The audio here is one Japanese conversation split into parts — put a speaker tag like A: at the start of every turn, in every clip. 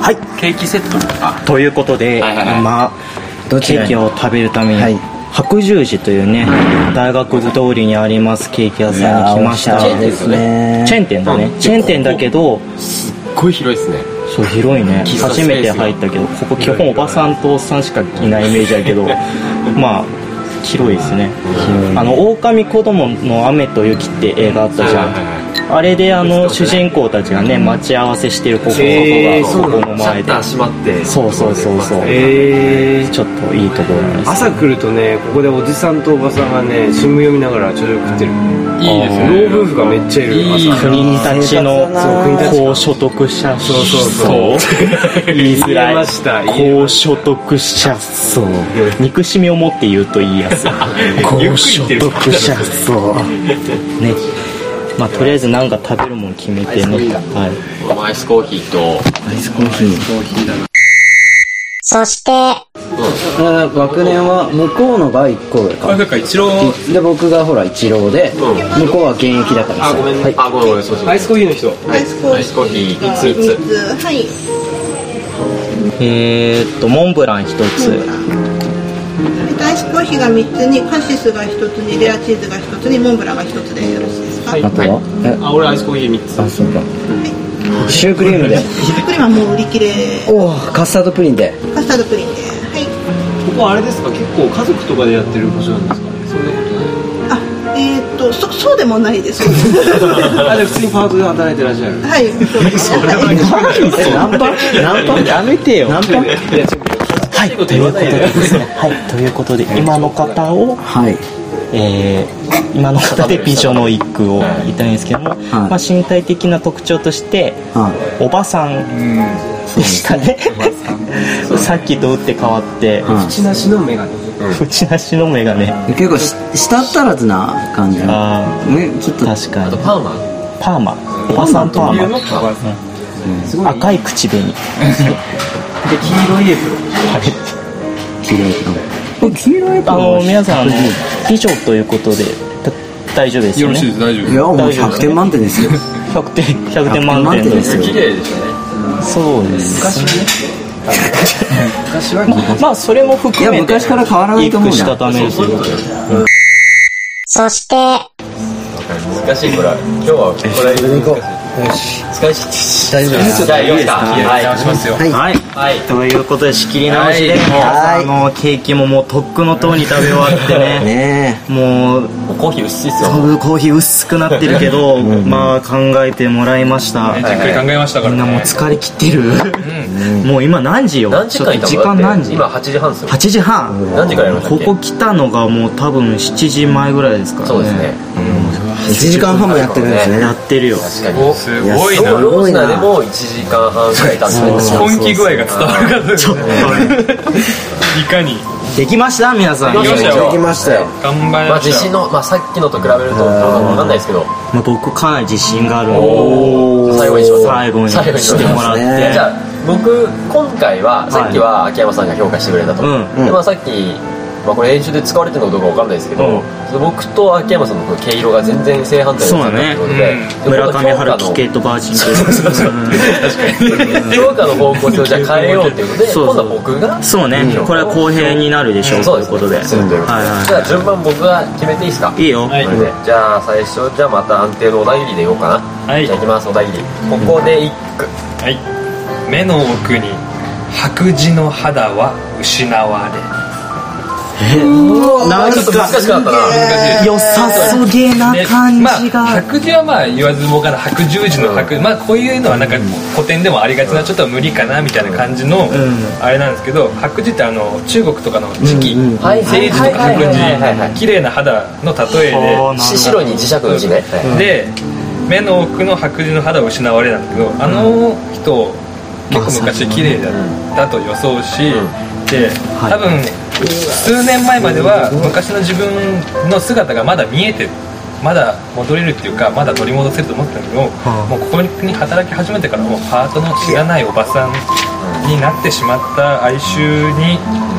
A: はい
B: ケーキセットとか
A: ということで、
B: はいはいはい
A: 今
C: どち
A: ケ
C: ら
A: ー
C: に
A: キを食べるために、
C: はい
A: 白十字というね大学通りにありますケーキ屋
C: い
A: さ
C: や
A: んに来
C: ーお
A: まし
C: したゃ
A: チ
C: れですね
A: ェーン店だね
B: うん
A: チェーン店だけど
B: すっごい広いですね
A: そう広いね
B: 喫茶スペー
A: 初
B: スが
A: めて入ったけどここ基本おばさんとおっさんしかいないイメージだけどまあ広いですね
C: うん
A: あの狼子供の雨と雪って映画あったじゃん、
B: はいはいは
A: あれであの主人公たちがね待ち合わせしてる高校
B: えー
A: 生
B: そう
A: がここ
B: な
A: の
B: のシャッ
A: 前で
B: ター閉まって
A: そうそうそうそう
D: えー
A: ちょっといいところなんです
D: 朝来るとねここでおじさんとおばさんがね新聞読みながら朝食食ってる
B: いいですね
D: 老夫婦がめっちゃいる
B: いい
D: 朝
A: 国立ちの
D: そう国立
A: 高所得者層
D: そうそうそう
A: 言いづら
D: 言え
A: い
D: ました言え
A: 高所得者層憎しみを持って言うと言いやすい高所得者層ねまあとりあえずなんか食べるもの決めてねはい
B: 俺もアイスコーヒーと
E: そして、
C: だから学年は向こうのが1個上か
B: なんか一郎
C: で僕がほら一郎で向こうは現役だから
D: あごめんね
C: はい
B: あごめんごめんそうそう
D: アイスコーヒーの人
B: アイスコーヒーアイスコーヒー三つ三
F: 三
B: つ
F: つはい
A: えーっとモンブラン一つ
F: アイスコーヒーが3つにカシスが1つにレアチーズが1つにモンブランが1つでよろしいですか、
B: はい
C: あとはえ
B: あ俺アイスコーヒー三つ
C: あそうかシュークリームで
F: シュークリームはもう売り切れ
C: おおカスタードプリンで
F: カスタードプリンではい
D: ここあれですか結構家族とかでやってる場所なんですかねそんなことない
F: あえーっとそそうでもないです
D: あじゃあ普通にパートで働いてらっしゃる
F: はいそうですねはい
C: えナンパナンパ
A: やめてよ
C: ナンパ
A: はいということでですねはいということで今の方を
C: はい
A: えー今の方で美女の一句を言いたいんですけども、まあ、身体的な特徴として
C: あ
A: おばさんでしたねさっきと打って変わって
D: 口なしのメガネ
A: 縁なしの眼鏡
C: 結構し舌足らずな感じね
A: あ
C: ちょっ
A: ー
C: と
A: 確
B: あ
A: か
B: と
A: に
B: パーマ
A: パーマおばさんパー
D: パーマ
A: マ赤い口紅
D: で黄色いエプロン
C: 黄色いのえ黄色い
A: あの皆さんあの
C: い
A: 美女ということでた大丈夫ですよね
B: 大丈
C: やもう100点満点 ですよ
A: 100点100点満
C: 満
A: 点
C: 点
A: で
C: ですす
A: よ
C: よ
B: 綺麗でしたね
A: そうです
D: 昔は黄色い
A: まあそれも含めて
C: いや昔から変わらないと思うな
A: 一句したためるということで
E: そして、
B: 難しいこれ今日はこれ難しい
C: 大丈夫です
B: じゃあよっしゃはいしますよ
A: はい、
B: はい
A: ということで仕切り直しで、
B: はい
C: はい
A: もうあのケーキももうとっくの塔に食べ終わってね
C: ね
A: もう
B: コーヒー薄いっすよ
A: コーヒー薄くなってるけどまあ考えてもらいました、
G: じっくり考えましたか
A: み
G: ら
A: んなもう
G: ね
A: 疲れ切ってる、もう今何時よ
B: 何時間い
A: ちょ
B: たの
A: っと時間何時
B: 今8時半っすよ
A: 8時半
B: 何時からやりました
A: こ
B: っけ
A: こ来たのがもう多分7時前ぐらいですからね
B: そうですね
C: え1時間半もやってるんです
A: や
C: ね
A: ってるよ
B: 確かに
G: おすごい
C: いや
G: な
C: そう
B: ローズナでも1時間半くらいいたんですね
C: そう
G: 本気具合が伝わるかったですねいかに
A: できました皆さん
G: できましたよ
C: できましたよ
G: 頑張り
B: まあ
G: まし
B: 自
G: た
B: 信
G: よ
B: の、まあ、さっきのと比べるとどうなのか分かんないですけど
A: まあ、僕かなり自信があるので
B: おー最後にします
A: 最後に
B: 最後にし
A: し
B: ます
A: てもらっ
C: そうです
A: て
C: ね
B: じゃあ僕今回はさっきは秋山さんが評価してくれたと、
A: うん
B: でまあさっき、まあ、これ練習で使われてるのかどうか分かんないですけど、
A: うん
B: 僕と秋山さんのこの毛色が全然正反対だったってことで
A: うん村上春樹系
B: と
A: とバージン系
B: 評価の方向性をじゃあ変えようっていうことで
A: そうそう
B: 今度は僕が
A: そうね、
B: ん
A: これは公平になるでしょう、
B: うん
A: ということで、
B: そうですねそういうこと
A: はい
B: じゃあ
A: は
B: 順番僕が決めていいですか
A: いいいよ、
G: はい
B: これでじゃあ最初じゃあまた安定のおだぎりでいこうかな
G: はい
B: じゃあいきますおだぎりここで一句
G: はい目の奥に白磁の肌は失われ
A: なん
B: ちょっと難
A: か
B: しくなったな
A: 良さそげな
G: で
A: 感じが、
G: まあ、白磁はまあ言わずもがな白十字の白、まあこういうのはなんか古典でもありがちなちょっと無理かなみたいな感じのあれなんですけど白磁ってあの中国とかの磁器、
B: はい
G: 政治とか白
B: はいはいはいはい
G: 磁綺麗な肌の例
A: あー
G: え
B: し白に磁石の字ねはい
G: で、で目の奥の白磁の肌を失われなんだけどあの人結構昔綺麗だったと予想し、で多分数年前までは昔の自分の姿がまだ見えてまだ戻れるっていうかまだ取り戻せると思ってたんだけど、もうここに働き始めてからもうパートの知らないおばさんになってしまった哀愁に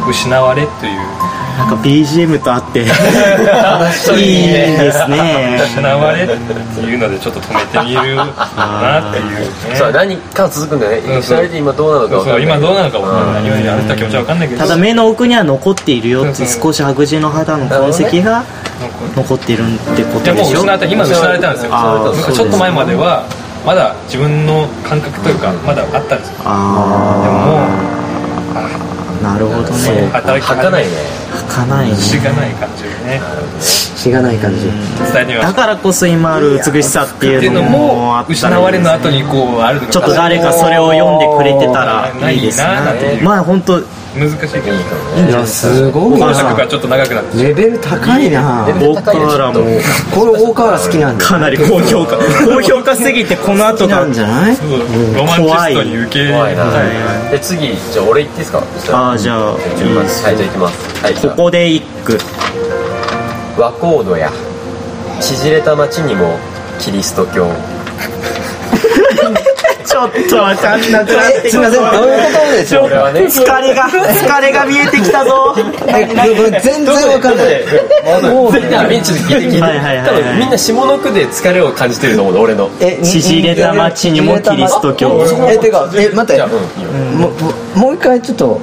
G: 失われという
A: なんか BGM とあって いいですね
G: 失われっていうのでちょっと止めてみるなっていうね
B: そう何か続くんだね
G: うん
B: 失われて今どうなのか
G: そう
B: 分かん
G: そう
B: ない
G: 今どうなのかも何をやった気持ちは分かんないけど
A: ただ目の奥には残っているよって少し白人の肌の痕跡が残ってるってこ
G: で
A: とで
G: もう
A: しょ
G: 失われた今失われたんですよ
A: あー
G: ちょっと前まではまだ自分の感覚というかまだあったんですよでももう
A: あ
G: あ
A: あなるほど
G: そう
A: ね
G: 働き
B: 吐かないね
A: 書かないね
G: しがない感じをね
C: しがない感じ。
G: 伝えてみ
A: だ
G: ました
A: からこそ今ある美しさって
G: って
A: い
G: いうう
A: の
G: の
A: もあ
G: も
A: ったらいいですね
G: 失われの後にこうあるのが
A: ちょっと誰かそれを読んでくれてたらいいです
G: ないなって
A: ね
G: いう
A: まあ本当いい
G: 難しいけど
C: いや、すごい
G: 感
C: な。
G: 覚がちょっと長くなって
C: レベル高いな。
A: 僕らも
C: これ大川好きなんだ。
A: かなり高評 価高評価すぎてこの後
C: 好きな
A: が
C: んじゃない
G: ちょっとロマンチストに受け入れ
B: 怖いな
G: はい
B: で次じゃあ俺行っていいですか
A: ああじゃあい
B: 順
A: い
B: 番
A: で
B: に
A: す
B: はいじゃあ行きますはいじ
A: こ
B: ゃあ
A: こで一句
B: 和光度や縮れた町にもキリスト教
A: ちょっとわかんなくなってき
C: すいま
A: た
C: せん、どういうことでしょう
B: これはね
A: 疲れが疲れが見えてきたぞ
C: えこれ全然わかんない。
B: もうみんなみんなちょっと聞いて聞いて
A: はいはいはいはい
B: 多分みんな下の句で疲れを感じてると思うの俺の
C: え
A: 縮れた街にもキリスト教
C: え、てか、え、待っ
B: じ
C: て
B: ゃあ、うんいいよ
C: もうもうもう一回ちょっと。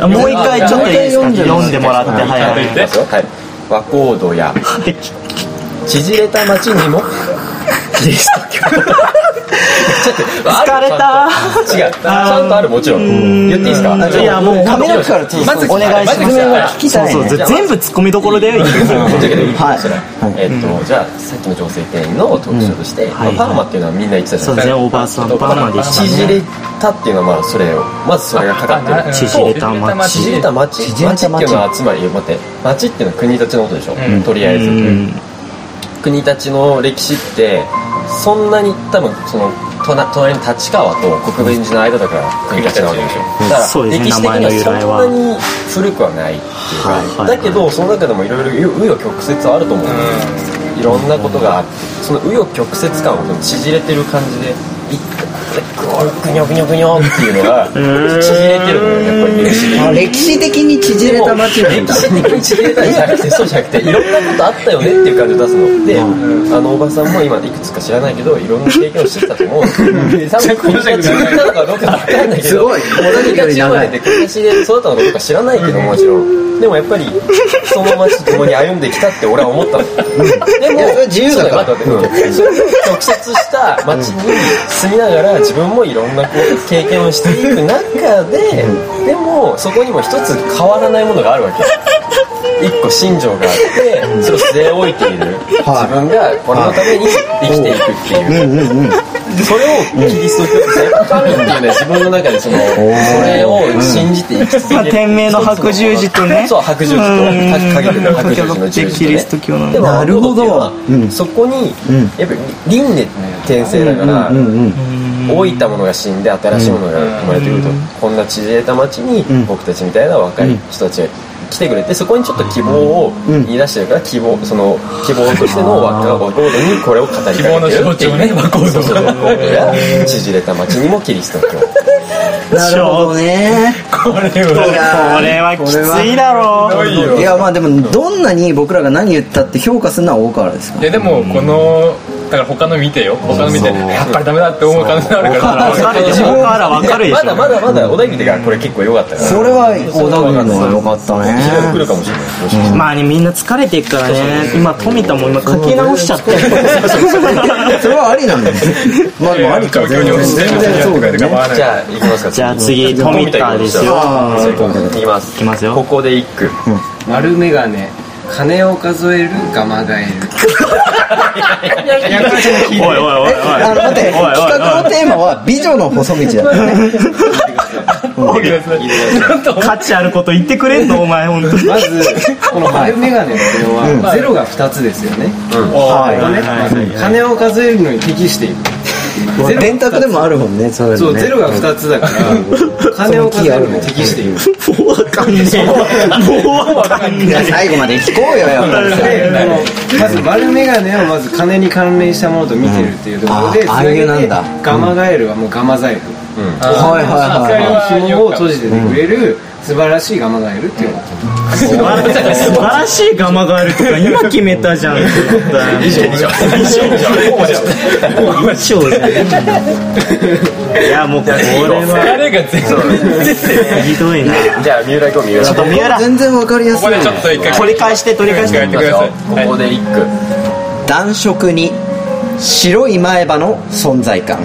A: あもう一回ちょっといいですか読んでもらってはいは
B: はい
A: い
B: 行きますよはい和光度や縮れた町にもキリスト教ちょっと
A: 疲れた
B: 違うちゃんとあるもちろん言っていいですか
A: いやもう
C: 髪の毛からちょっと
B: まず聞きた
C: お願いします。
B: まず聞きたい
C: 聞きたい、ね。
A: そうそう全部ツッコミどころだ よ
B: ぶっちゃけでいい
C: はい
B: それえっとじゃあさっきの女性店員の特徴としてまあ
A: はい
B: パーマっていうのはみんな言ってたじ
A: そ
B: ゃ
A: う
B: ない
A: で
B: ですす
A: ね
B: か
A: おばあさんパーマでした
B: 縮
A: ね
B: れたっていうのはまあそれをまずそれがかかってる
A: 縮れた街
B: 縮れた町
C: 縮れ
B: 町
C: た町
B: っていうのはつまり待って町っていうのは国立のことでしょ、とりあえず、
A: うん
B: 国立の歴史ってそんなに多分その隣隣の立川と国分寺の間だから国立なわけでしょ
A: うん
B: だ
A: そうですね
B: 歴史的に
A: 名前の由来は
B: はそんなに古くはないっていうか、
A: はいはい
B: だけどその中でもいろいろ紆余曲折はあると思う、いろんなことがあってその紆余曲折感を縮れてる感じで一回ぐにょぐにょぐにょっていうのが縮れてるのよやっぱり歴史的に
C: あ歴史的に縮れた街なん
B: 歴
C: だ。
B: 史的にちぎれたんじゃなくてそうじゃなくていろんなことあったよねっていう感じを出すので、あのおばさんも今いくつか知らないけどいろんな経験をしてたと思うで多分これが自分なのかどうか分かんないけど
C: すごい
B: 同じ立場で昔で育ったのかどうか知らないけどもちろんでもやっぱりその街と共に歩んできたって俺は思ったの、で
C: いやそれ自由だから
B: そうよ待って待ってうんそれで直接した街に住みながら自分もいろんなこう経験をしていく中で、でもそこにも一つ変わらないものがあるわけ一個信条があってそれを据え置いている、自分がこのために生きていくっていう,、それをキリスト教ってやっぱ神っていうのは自分の中でそのそれを信じて生き続け
A: ま
B: て
A: あ
B: る、
A: 天命の白十字とね
B: そう白十字と
A: うん
B: 陰の白十字の十字と、ね、
A: キリスト教の
B: でも
C: なる
B: アウ
C: ほど
B: トドアっていうのはそこにやっぱり輪廻転生だから、
C: うんうんうん。
B: 老いたものが死んで新しいものが生まれてくると、こんな縮れた町に僕たちみたいな若い人たちが来てくれてそこにちょっと希望を言い出してるから希望その希望としての若若ードにこれを語りかけてるっていう
G: 希望の象徴ね若人
B: そうそう若人が縮れた町にもキリスト教
C: なるほどね。
G: これ
A: こ
G: は
A: れはきついだろう
G: いよ
C: いやまあでもどんなに僕らが何言ったって評価するのは大川原ですか
G: いやでもこのだから他の見てよ他の見てやっぱりダメだって思う可能性あるから
A: 分かるでしょ分かるでしょ
B: まだまだまだお題見てからこれ結構良かったから
C: ら。それは小田君のは良かった
B: いろいろ来る
C: ね。
B: かもしれないもしかしたら
A: まあねみんな疲れてるからね今富田も今書き直しちゃ って
C: それはありなんだよ。まあでもありか全然全然そうだよね。
B: じゃあ行きますか
A: じゃあ次富田ですよ
C: あ
B: そうい
C: ー
B: うことで行きます
A: いきますよ
B: ここで一句
D: 丸メガネ金を数えるガマガエル
A: おいおいおいおい
C: えあの待って
A: おいおいおい
C: 企画のテーマは美女の細道 だよね。
A: 価値あること言ってくれんのお前本当に
D: ま ずこの丸メガネっていうのはゼロが2つですよね、
A: はい
D: これね金を数えるのに適している
C: まあ電卓でもあるもんねそういう
D: そ
C: の
D: う
C: ね。
D: ゼロが2つだから金を数えるのに適している
A: もうわかんねえもうわかん
C: い
A: ね
C: や最後まで聞こうよやっぱりさ。
D: でこのまず丸眼鏡をまず金に関連したものと見てるっていうところで、
C: うんあー
D: つなげて
C: ああいうなんだ
D: ガマガエルはもうガマザエル、
B: うん
C: はいはい
D: そ
C: はいはい
D: の紐を閉じててくれる素晴らしいガマがいるっていう
A: 素晴らしいガマがあるとか今決めたじゃん以上
B: 以上
A: 以上じゃんいやもうこれは
G: 誰が全然
A: ひどいな
B: じゃあ三浦行こう三浦
A: ちょっと三浦
C: 全然わかりや
G: こ
C: す
G: こ
C: い
G: でちょっと一回
A: 取り返して取り返して
G: やってください
B: ここで一句
C: 暖色に白い前歯の存在感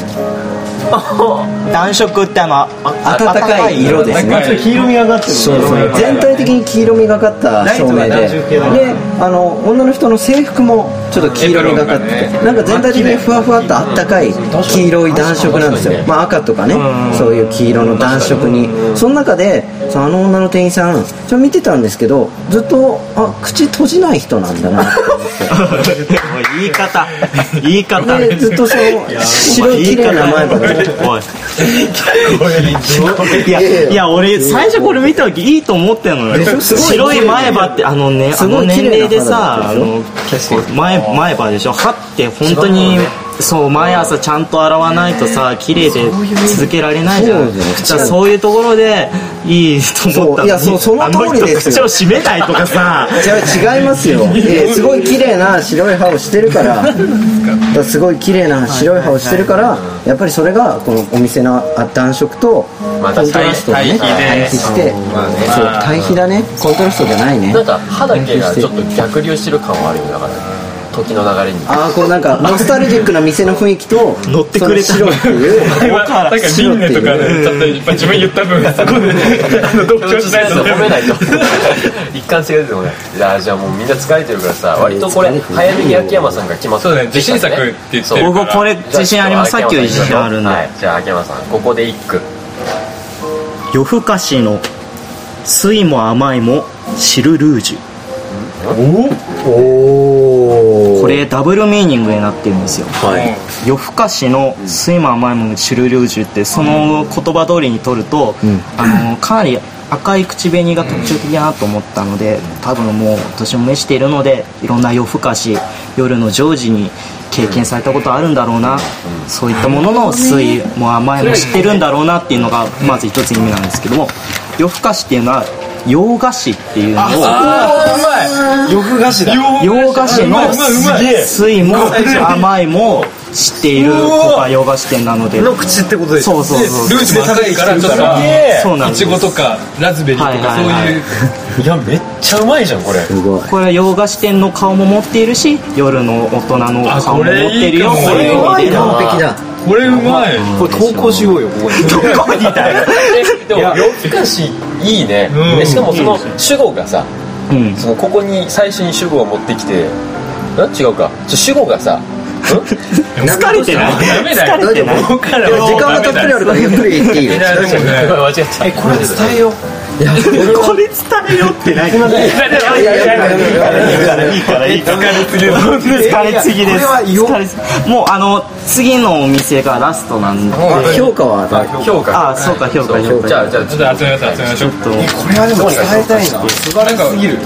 A: 暖色ってあのあ
C: 暖かい色ですね
G: ちょっと
A: 黄色みがかってる
C: そうそう全体的に黄色みがかった照明で
D: ライトが暖色系だね
C: であの女の人の制服もちょっと黄色みがかって
G: エプロンが
C: てなんか全体的にふわふわっとあったかい黄色い暖色なんですよ、まあ、赤とかねそういう黄色の暖色にその中でそのあの女の店員さんちょっと見てたんですけどずっとあ口閉じない人なんだなって
A: おい言い方言い方
C: でずっとその白い綺麗な前歯で
A: おいいやいや俺最初これ見た時いいと思ってんのよ
C: すごい
A: 白い前歯ってあのねあ
C: す
A: の
C: ごい
A: 年
C: 綺麗な
A: 齢
C: 肌
A: で
C: だった
A: さあ
C: で
A: の
C: しょ
A: 結構前前歯でしょ歯って本当にそう毎朝ちゃんと洗わないとさ綺麗で続けられないじゃん
C: そうだよ
A: だからそういうところでいいと思ったのに
C: そういやそうその通りですよ
A: あの人口を閉めないとかさ
C: 違う違いますよ、えーすごい綺麗な白い歯をしてるからだからすごい綺麗な白い歯をしてるからやっぱりそれがこのお店の暖色とコ
B: ま
C: ン
B: あ
C: トラストがね
G: 対比で
C: 対比してそう対比だねコントラストじゃないね
B: なんか歯だけがちょっと逆流してる感はあるよねだから時の流れに
C: ああこうなんかノスタルジックな店の雰囲気と
A: 乗ってくれた
C: その白っていう
G: 今なんか輪廻とかねちょっとやっぱ自分言った分そこであの同調しないと
B: 褒めないと 一貫性が出てこないいやじゃあもうみんな疲れてるからさ割とこれ早めに秋山さんが決まって
G: そうだね自信作って言ってるか
A: 僕これ
G: ら
A: 自信ありますさっきより自信あるんで
B: はいじゃあ秋山さんここで一句
A: 夜更かしの酸いも甘いも汁ルージュおおこれダブルミーニングになってるんですよ夜更かしの睡魔甘いもの汁ルージュってその言葉通りに取ると、あのかなり赤い口紅が特徴的だなと思ったので多分もう私も召しているのでいろんな夜更かし夜の常時に経験されたことあるんだろうな、そういったものの水も甘いも知ってるんだろうなっていうのがまず一つ意味なんですけども夜更かしっていうのは洋菓子っていうのを洋菓子の水も甘いも知っている子が洋菓子店なので
D: 口ってことで
A: そうそうそう
G: ルージュで食べるからちょっ
A: そうなんで
G: とい
A: す
G: ちごとかラズベリーとか
A: はい
G: そう
A: はいはい
G: いう
B: いやめっちゃうまいじゃんこれ
C: すごい
A: これは洋菓子店の顔も持っているし夜の大人の顔も持っているよ
G: あ
A: と
G: これいい
A: い
G: か
A: う意味での
G: も
C: 完璧だ
G: これうまい
D: これ投稿しようよここに
A: どこにいたよ
B: えでも夜更かしいいね
G: うん
B: でしかもその主語がさ
A: うん
B: そのここに最初に主語を持ってきてあ違うかちょ主語がさん
A: 疲れてない
G: ダメだよ
A: 疲れてない
G: ここから
C: 時
G: はもう
C: 間がた
G: ダメ
C: っ
G: だ
C: ぷり
G: よ
C: あるからゆっくり言っていいよ
G: いやでもね
B: 間違ったえこれ伝えよ
A: これ伝えようってない
C: いやいやいやいやいや
A: いいからいいからいいから疲れすぎです疲れすぎもうあの次のお店がラストなんで
C: まあ評価は
B: う評価
A: ああそうか評価評価
B: じゃあじゃあ
G: ちょっと集めましょう集めましょう
A: と
C: これはでも伝えたいな
G: 素晴らしすぎる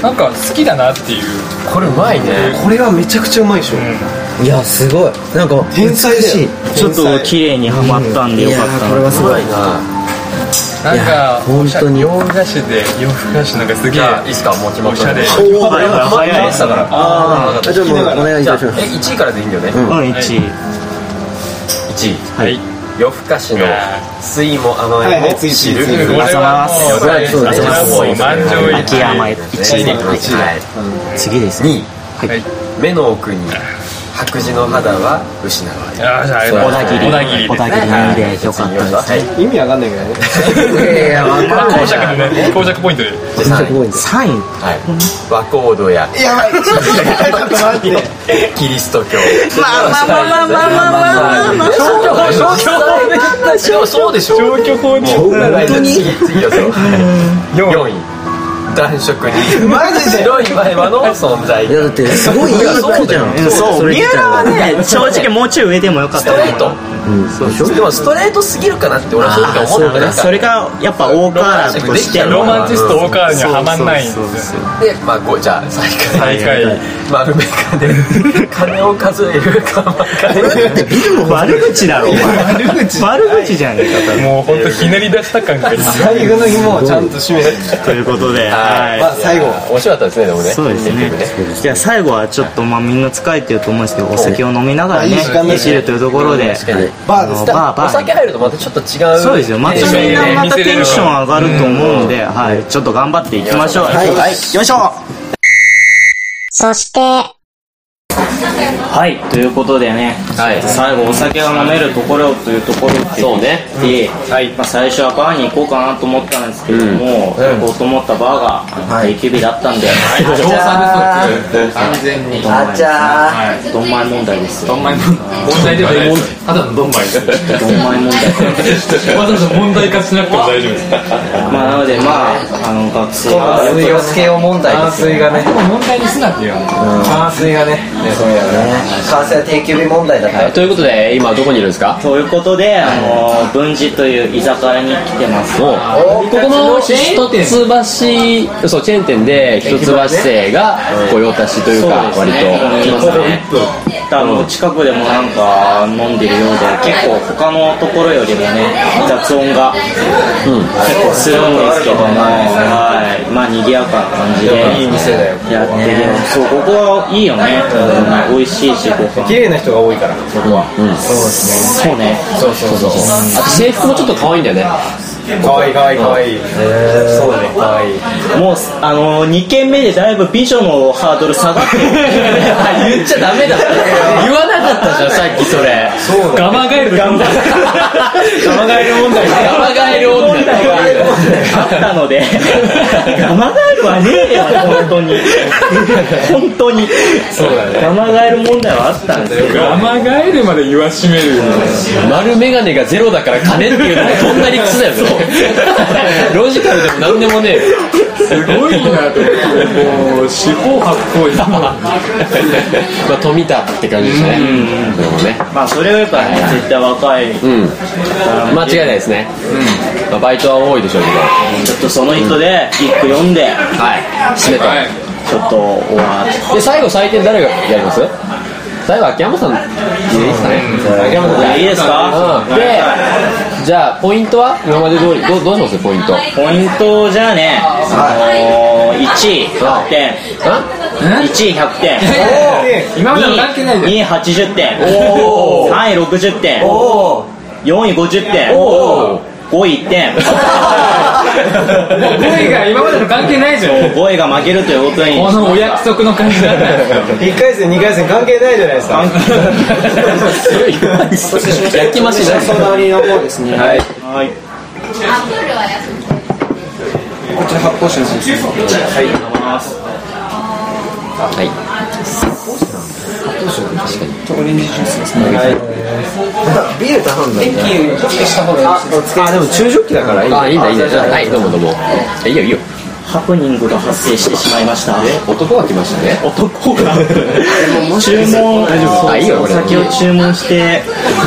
G: なんか好きだなっていう
B: これうまいね
D: これはめちゃくちゃうまいでしょ
C: いやすごいなんか天才しい
A: ちょっと綺麗にはまったんでよかっ
C: いや
A: た
C: ーこれは
A: な
C: す
B: う
C: ご
B: ま
C: い
B: いな
G: なんか
C: 本当に
G: 洋菓子で洋菓子なんかすげ
B: じ
G: え
B: ゃあいいっすか持ちま
G: おしゃれ
B: お
A: はいはい
B: 早
A: 早い
B: いだからあ
C: じゃあもうお願いい
B: じゃあ
C: た
B: え
C: します
B: 1位からでいいんだよね
A: うん
B: 1位
A: 1位
G: はい
B: 夜更かしの水も甘いも知る
G: これはもう
C: ございます
G: それはもう満場一
A: 秋
G: 致
A: 山
B: 1
A: 1
B: 位
A: 位
B: で
A: で
B: いきますはい
A: 次です
B: 2位
G: はい
B: 目の奥に白磁の肌は失われる
G: あーじゃああれだ
A: 小田切
G: 小田切です
A: 小田切なんでよかったです
B: はい
D: 意味わかんないけどね
C: いやわ
G: まあ
C: かんな
G: 講
C: い
G: 釈でね講釈ポイントで
B: じゃあ3位
A: 3位
B: はい、和光度ややばいちょっと待ってキリスト教まあまあまあまあまあまあまあ消去法消去法でそうそうでしょ
G: 消去法に
B: 本当に次次よ4位暖色に白い前歯の存在
C: いやだってすごいいい
B: そう
C: 句
B: だ
C: じ
B: よ
C: ゃん
A: うんそう
C: れ
A: 三
C: 自体
A: 浦はね正直もうちょい上でもよかっ
B: ス
A: た
B: ト
A: と
B: レ
A: 思う
B: ート
D: そうそう
B: でもストレートすぎるかなって俺は正直思った
A: あ
B: なん
A: ーそ
B: か
A: れがやっぱ大河原として
G: ロ
A: の
G: マンチスト大川にはハマんないんです
D: そ
G: よ
D: うそう
B: でまあこうじゃあ最下
G: 最下位
B: 丸め金金を数えるか
C: だってビルの
A: 悪口だろお前悪口じゃねえか
G: もう本当ひねり出した感がいい
B: 財布の紐をちゃんと締める
A: とということではい、
B: まあ最後面白かったですねでもね
A: そうですね
B: 結局
A: じゃあ最後はちょっとまあみんな疲れてると思うんですけどお酒を飲みながらね
H: いい時間だね
A: いじるというところで
B: 確かに
A: はい
H: バー
A: あ
H: で
A: の
H: す
A: バーバ
B: お
A: ーに
B: 酒入るとまたちょっと違う
A: そうですよまた
B: テンション
A: みん
B: に
A: な
B: ね
A: またテンション上がると思うんで、はい、ちょっと頑張っていきましょうよ
H: はい、はい、行きましょう
E: そして、
A: はい、ということでね、
B: はい
A: 最後お酒が飲めるところというところって
B: そうね
A: で、
B: はい
A: まあ、最初はバーに行こうかなと思ったんですけども、行こうと思ったバーがあの定休日だったんで、
B: 量産不足
C: あちゃ
A: どんまい問題ですよ
G: 問題ではないですただのドンマイです
A: どんまい問題
G: わざわざ問題化しなくても大丈夫です
A: まあなのでまああの学生が
C: ー水をつけよう問題ですよね
B: がね
G: 問題にすなっていう
B: 淡水がねねそうやね
C: 完成定休日問題だから
B: ということで今どこにいるんですか
A: ということで、あの文治という居酒屋に来てます
B: ここの一橋そうチェーン店で一橋生が御用達というか
A: そう
B: 割
A: で
B: と
A: すねあの近くでもなんか飲んでるようで結構他のところよりもね雑音が結構するんですけども、はいまあ賑やかな感じで
B: いい店だよ
A: やってるそうここはいいよね、うん美味しいしご飯
B: 麗な人が多いからそこは
A: そうね
B: そうそうそうあと制服もちょっと可愛いんだよね可愛い可愛い可愛いそうね可愛い
A: もうあの2軒目でだいぶ美女のハードル下がっ てる
B: 言っちゃダメだ言わなかったじゃんさっきそれそう
G: ガマガエルガマガエル問題
B: ガマガエル女
A: あったので、ガマガエルはねえよ、本当に。本当に。そうだね。ガマガエル問題はあったんですよ。
G: ガマガエルまで言わしめるよ
B: 丸眼鏡がゼロだから金っていうのはどんな理屈だよね ロジカルでもなんでもねえよ
G: すごいなと思ってもう四方八方
B: まあ富田って感じですねでもね
A: まあ、それはやっぱね、絶対若い。
B: うん間違いないですねまあバイトは多いでしょうけど
A: ちょっとその人で、一句読んで、
B: はい締め
G: はい
B: た
A: ちょっと終わって。
B: で最後採点誰がやります最後秋山さんでいいですかね秋山さん
A: いいですか
B: うんでじゃあポイントは今まで通りどうどうしますポイント
A: ポイントじゃあね、あのー、1位100点。1位100点。
G: 今までの関係ない
A: 2位80点。
B: おー
A: 3位60点。4位50点。
B: おー
A: 5位1点。
G: もう声が今までの関係ないじゃん
A: ボーイが負けるということに
G: このお約束の感じだったよ
D: 1回戦2回戦関係ないじゃないですか
B: 焼き増しない
H: 相談にの方ですね
B: はい
A: はい
H: こちら発行者の方ですね
B: はい
H: オレンジジュースですね
C: ビール頼んだ
H: 天気をお付けした方がいいですね
D: あでも中食期だからいい
B: あいいんだいいんだじゃあはいどうもどうもいいよいいよ
A: ハプニングが発生してしまいました
B: 男が来ましたね
A: 男が注文
B: あいいよこ
A: お
B: れ
A: 酒を注文して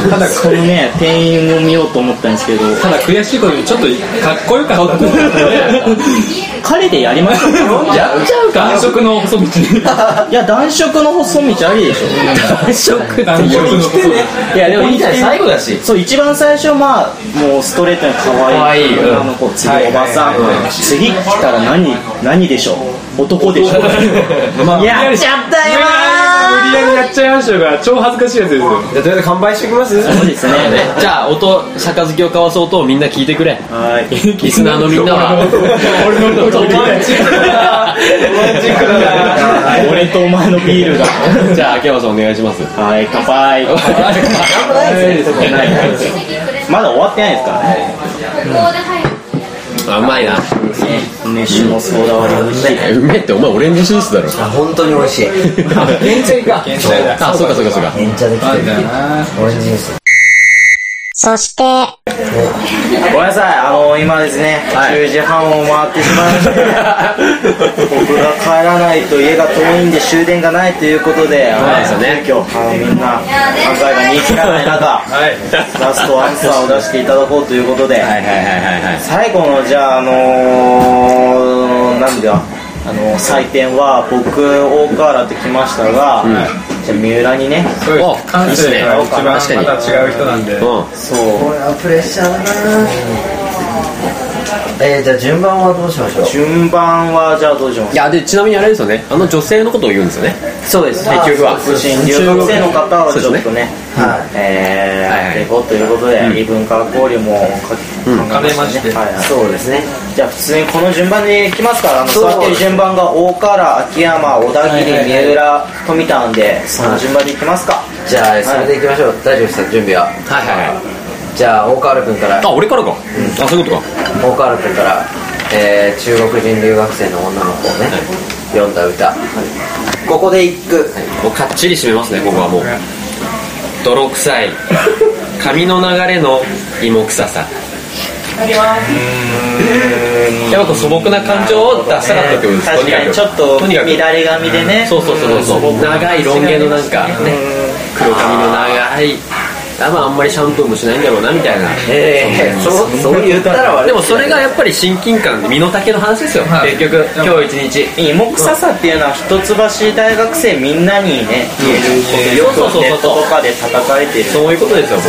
A: ただこのね店員を見ようと思ったんですけど
G: ただ悔しいことにちょっとかっこよかった
A: 彼 でやりましょうか
B: やっちゃうか
G: 感触の細道に
A: いや暖色の細道ありでしょ暖色
G: 感触の細道
B: いやでもいいじゃない最後だし
A: そう一番最初まあもうストレートに可愛い
B: 可愛いうん
A: 女の子次おばさん次来たら何何でしょう男でしょうやっちゃったよー
G: 無理やりやっちゃいましたが超恥ずかしいやつですよ
D: じゃあとりあえず乾杯してきます
A: そうですね
B: じゃあ音杯を交わす音をみんな聞いてくれ
A: はい
B: リスナーのみんなは俺の音を聞いて
A: 俺とお前のビールが。
B: じゃあ秋山さんお願いします
A: はい、乾杯。まだ終わってないですからね。
B: あうまいな
A: 飯のソーダ割り美味しい。
B: うめえってお前オレンジジュースだろ
C: あ本当に美味しい
B: あそうかそうかそうか
C: めっちゃできてるオレンジジュース
I: そして、
A: ごめんなさい、あの今ですね、10時半を回ってしまいまして、 僕が帰らないと家が遠いんで終電がないということで、あの今日あのみんな、考えが煮え切らない中、ラストアンサーを出していただこうということで、最後の、じゃあ、あのー、なんだ、あの採点は、僕、大河原と来ましたが、じゃあ三浦にね、
D: そういう感性が一番また違う人なんで
A: そう、
C: これはプレッシャーだなえー、じゃあ順番はどうしましょう
A: 順番は、じゃあどうしましょう
B: いやでちなみにあれですよねあの女性のことを言うんですよね
A: そうです。
B: 結局は
A: 独身留学生の方はちょっとね、
C: はい
A: えー、
B: はい
A: やっていこうということで、異文化交流もか考えまして、ねはいはい
C: そうですね
A: じゃあ普通にこの順番に行きますから、あの
C: そう
A: 座ってる順番が大河原、秋山、小田切、
C: はいはいはい
A: 三浦、富田なんで、その順番で行きますか。
C: じゃあそれでいきましょう、大丈夫ですか準備は
B: はいはいはい
C: じゃあ大河原君から
B: あ俺からか、あそういうことか
C: 大河原君から、えー中国人留学生の女の子をね、読んだ歌、ここで一句
B: もうかっちり締めますねここはもう泥臭い髪の流れの芋臭さやっぱこう素朴な感情を出したかったってことです
A: 確かにちょっ
B: と
A: と乱
B: にかく
A: れ髪でね、
B: そうそうそうそう、長いロン毛のなんかね黒髪の長いあまああんまりシャンプーもしないんだろうなみたいな
C: えー、そうそう言ったら悪い
B: でもそれがやっぱり親近感で身の丈の話ですよ、
D: はい
B: 結局今日一日
A: 芋臭さっていうのは一橋大学生みんなにね言えること
B: そうそう
A: ネ
B: そ
A: ッ
B: うそう
A: トとかで叩かれてる
B: そういうことですよ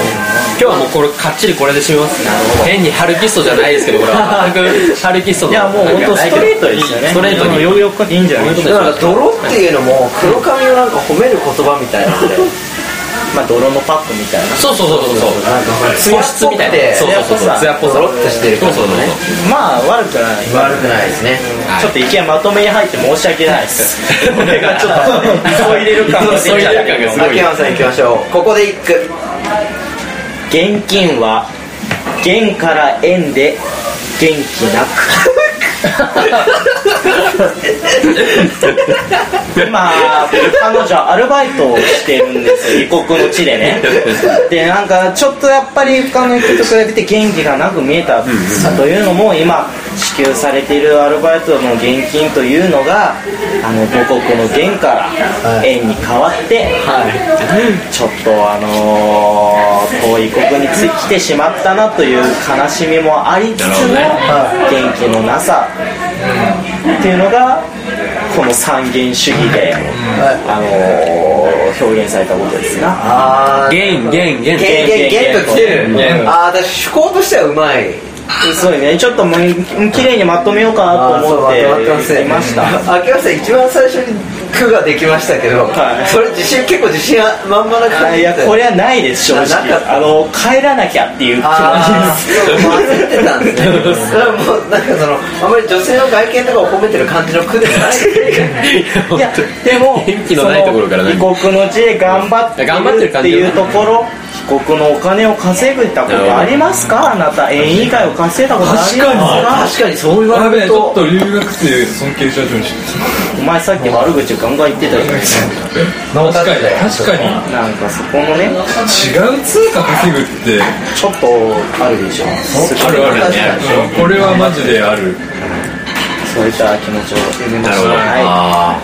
B: もう今日はもうこれかっちりこれで締めます変に春キストじゃないですけどこれは全く春キストの
A: いやもう本当ストレート
B: いい
A: ですよ
B: ス
A: ね
B: トレートに
A: よくいいんじゃない
B: そういうことですよ
C: だから泥っていうのも黒髪をなんか褒める言葉みたいなので
A: まあ泥のパックみたいな
B: そうそうそうそうそう
C: なんか
B: 保湿みたいなそうそうそうそう艶っぽさ
C: ドロッとしてる
B: そ
C: 感
B: う
C: じ
B: そうそうそう
A: まあ悪くない
C: 悪くないですね
A: ちょっと意見まとめに入って申し訳ないです これがちょっと急いでる感が出ちゃ
B: 急いでる感がす ごい
C: 秋山さん行きましょうここで一句
A: 現金は元から円で元気なく今彼女アルバイトをしてるん ですよ異国の地でね でなんかちょっとやっぱり他の人と比べて元気がなく見えたというのも今支給されているアルバイトの現金というのがあの母国の元から円に変わって、ちょっとあのー遠い国につ来てしまったなという悲しみもありつつも、元気のなさっていうのがこの三元主義で、あのー表現されたことですが。
C: あー
B: ゲンゲンゲン
C: ゲンゲンゲンと来てる、
D: うん
C: ああ私趣向としてはうまい
A: そうね、ちょっともう綺麗にまとめようかなと思っ
C: あーそうまとまってますね
A: ていま した。
C: 秋山さん一番最初に句ができましたけど、
A: はい
C: それ自信結構自信満々な感
A: あ
C: じ
A: いやこれはないです正
C: あな
A: 直
C: かった
A: あの帰らなきゃっていう気持
C: あ
A: ち
C: ーもう焦ってたんですねそれはもうなんかそのあんまり女性の外見とかを褒めてる感じの句ではない
A: いやで も
B: 元気のないところからね
A: その異国の地で頑張って
B: 頑張ってる
A: るっ
B: 感
A: て
B: じ
A: いうところ異国のお金を稼ぐったことありますかあなた円以外を稼いだことありますか
C: 確かにそう言
D: や
C: われ
D: べ
C: る
D: えちょっ
C: と
D: と留学生尊敬しちゃうし
A: お前さっき悪口ガンガン言ってたじゃないですか
D: 確かに確かに
A: なんかそこのね
D: 違う通貨稼ぐって
A: ちょっとあるでしょ
B: あるあるね
D: うんこれはマジである
A: そういった気持ちを
B: なるほど、
A: はい
B: あ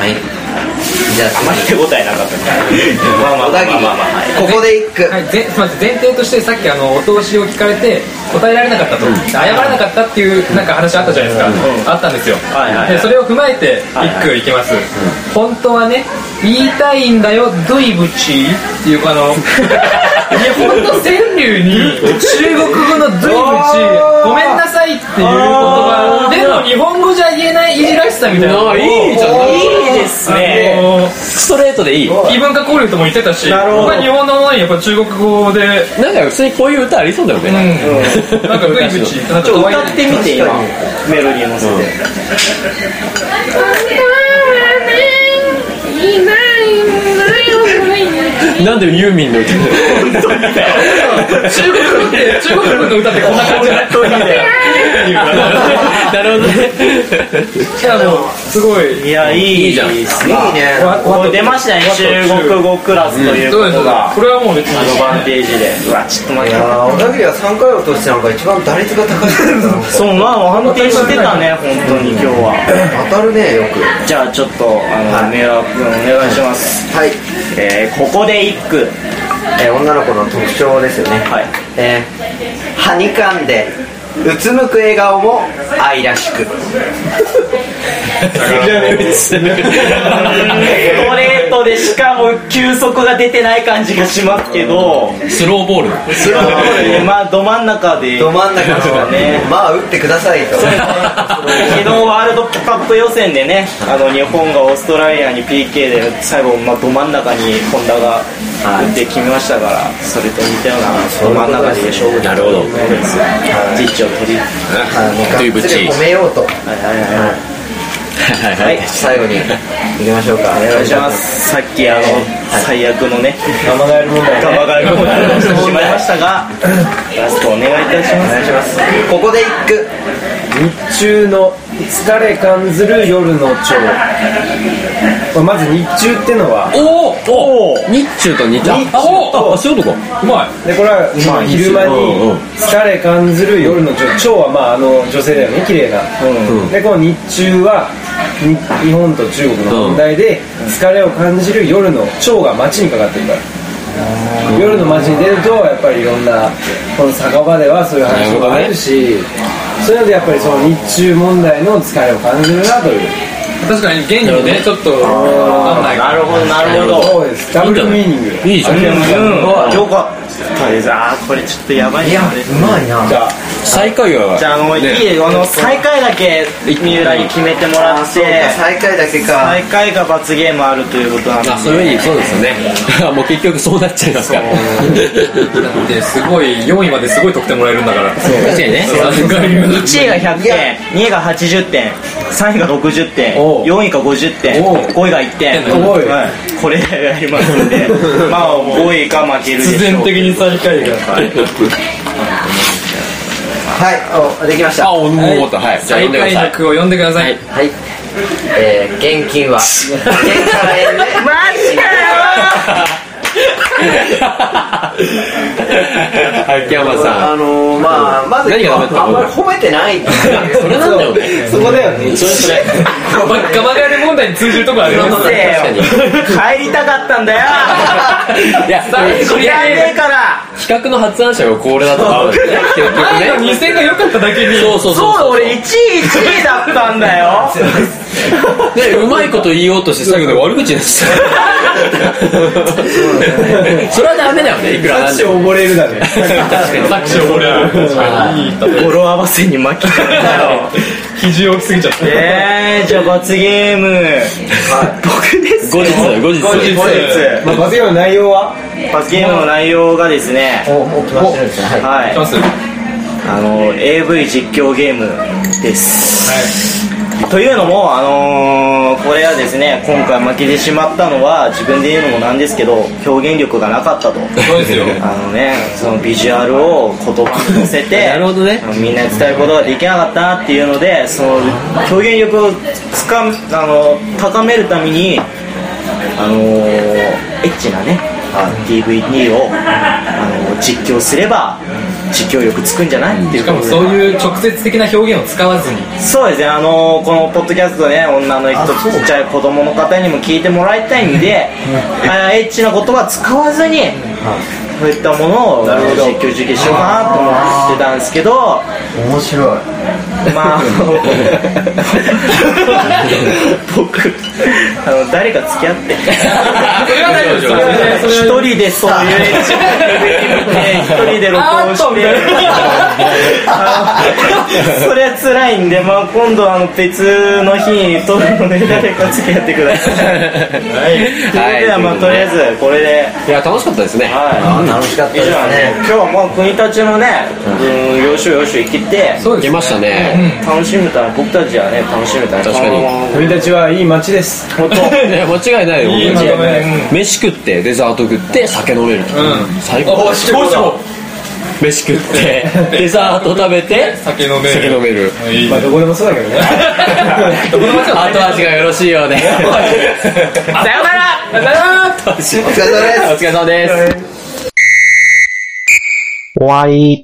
C: はいじゃあ
A: あまり手応えなかったねまあまあ
C: 小
A: ま
C: 田
A: あ
C: 切、
A: まあまあはい
C: ここで一句、
G: はい、ぜまず前提としてさっきあのお通しを聞かれて答えられなかったと、謝らなかったっていうなんか話あったじゃないですか、あったんですよ、
A: はいはいはい
G: でそれを踏まえて
A: はい
G: 一句いきます、本当はね言いたいんだよドイブチーっていう あのいや本当川柳に中国語のドイブチーごめんなさいっていう言葉でも日本語じゃ言えないいじらしさみたいなのを
B: あいいじゃん
A: いいですね
G: あの
B: ーストレートでいい
G: 異文化交流とも言ってたし、
A: なるほど
G: 僕は日本のものにやっぱ中国語で
B: なんか普通にこういう歌ありそうだよね、
G: うん、なんかグイグチなんか
A: ちょっと
G: 可愛い
A: 歌ってみて今メロディーのせて、
B: なんでユーミンの歌
G: 中国語って中国語の歌ってこんな感じだ
B: 本当にね
J: なるほどね
K: いやもうすごい
A: いやいい
J: いいじゃん
A: いい
K: ね
A: こう出ましたね中国語クラスという
K: そう
A: こ
K: です
A: とが、
K: これはもう別
A: アド
K: に
A: バンテージでうわちょっと待って
C: やー小田切は3回落としてなんか一番打率が高いんだ
A: そうまあ安定してたね本当に今日は
C: 当たるねよく
A: じゃあちょっとあの、メールアップお願いします、
C: はい、
A: えー、ここで一句
C: えー女の子の特徴ですよね
A: はい
C: えー、はにかんでうつむく笑顔も愛らし
A: ス
C: く
A: トレートでしかも球速が出てない感じがしますけど
J: スローボール
A: スローボールでまあど真ん中で
C: ど真ん中の
A: ね
C: まあ打ってくださいと
A: 昨日ワールドカップ予選でねあの日本がオーストラリアに PK で最後、まあ、ど真ん中に本田が打って決めましたからそれと似たようなど真ん中で勝負
J: なるほど
A: 実地を取り
J: というぶち
C: 褒めようと
A: はいはいはい
J: はい
C: 最後に行きましょうか
A: お願いしますさっきあの最悪のねガマガエル問題ガマガエル問題をしてしまいましたがラストお願いいたしますお願いします
C: ここで一句
D: 日中の疲れ感ずる夜の蝶まあまず日中ってのは
J: おーおお日中と似た
D: 日中
J: おあそういうことか
K: うまい
D: でこれはまあ昼間に疲れ感ずる夜の蝶蝶はまああの女性だよね綺麗な、でこの日中はに日本と中国の問題で疲れを感じる夜の蝶が街にかかってるから夜の街に出るとやっぱりいろんなこの酒場ではそういう話もあるしそういうのでやっぱりその日中問題の疲れを感じるなという
K: 確かに現にねちょっとわかんない
A: なるほどなるほど
D: そうですダブルミーニング
J: いいじゃん
A: うんよかったですあーこれちょっとやばいですね
C: まいな
D: じゃあ
J: 最下位は
A: じゃああの、いいあの最下位だけ三浦に決めてもらって
C: 最下位だけか
A: 最下位が罰ゲームあるということなんで
J: あそういうふうにそうですよねもう結局そうなっちゃいますから
K: だってすごい4位まですごい得点もらえるんだからそう
J: 確かにね
A: 1位が100点2位が80点3位が60点
D: おう
A: 4位が50点
D: おう
A: 5位が1点
D: おう
A: はいこれやりますんでまあ5位が負けるでしょう
K: 必然的に最下位が
C: はいおできました
J: あおもう終わったはいじゃあ呼
K: 最
J: んでく
K: 下
J: だ
K: 位
J: さ
K: の
J: い
K: 句を読んでください
C: はいえー、現金は現から円で
J: 秋山さ
C: あ
J: ん
C: のー、まあまず
J: 何がダメだったの
C: あんまり褒めてないっていう
J: それなんだよね
C: そこだよね
J: それそれ
K: ガマガエル問題に通じるとこあります
A: うるせえよ帰りたかったんだよ
J: いや
K: 最後
A: 知らねえから
J: 比較の発案者がこれだったからね結
K: 前の
J: 局ね
K: 2戦が良かっただけに
J: そうそうそう
A: そう
J: そう
A: 俺1位1位だったんだよ
J: ねうまいこと言おうとして最後で悪口でしたそれはダメだよねいくらなんでも
D: 溺れるだね
J: 確かに
K: タクシーを俺ら
A: 語呂合わせに負けたんだよ
K: 肘置きすぎちゃって
A: えー、じゃあ罰ゲーム、僕です
J: 後日後日
A: 後日
D: まあ罰ゲームの内容は
A: 罰ゲームの内容がですね
C: おもう決まってるんですねはい
A: はい
K: きます
A: あの AV 実況ゲームです、というのも、あのーこれはですね今回負けてしまったのは自分で言うのもなんですけど表現力がなかったと
K: そうですよ
A: あのねそのビジュアルを言葉に乗せ て
J: なるほどね
A: みんなに伝えることができなかったなっていうのでその表現力をつかんあの高めるためにあのーエッチなね、DVD をあの実況すれば実況力つくんじゃないっていう
K: しかもそういう直接的な表現を使わずに
A: そうですね、あのこのポッドキャストね、女の人、ちっちゃい子供の方にも聞いてもらいたいんで、あエッチな言葉使わずに、そういったものを実況中継しようかなと思ってたんですけど、
C: 面白い
A: まあ、あ の僕、あの誰か付き合って、
K: は大丈夫ですよ
A: 一人でそういうエッチな DVD 見て、一人で録音して、あのそれは辛いんで、まあ、今度あの別の日に撮るので、誰か付き合ってください。はい、ということで、まあ、とりあえず、これで。
J: いや楽しかったですね
A: はい
C: 楽しかった
A: 以
C: で
A: 上
C: す
A: ね、
C: ね
A: 今日はもう国立のね、うん、要所要所行って、
J: そうですねいけましたね
A: 楽しめたら僕たちはね楽しめたら
J: 確かに
D: 君たちはいい街です
A: 本当
J: いや間違いないよ
K: いいまとめ
J: 飯食ってデザート食って酒飲めると、最高
K: おしもしも
B: 飯食って デザート食べて
G: 酒飲める
B: 酒飲める
G: いい
L: まあ
G: ね
L: どこでもそうだけど ね
B: 後味がよろしいようでさよならさよなら後味
M: お疲れ様です
B: お疲れ様です
N: 終わり。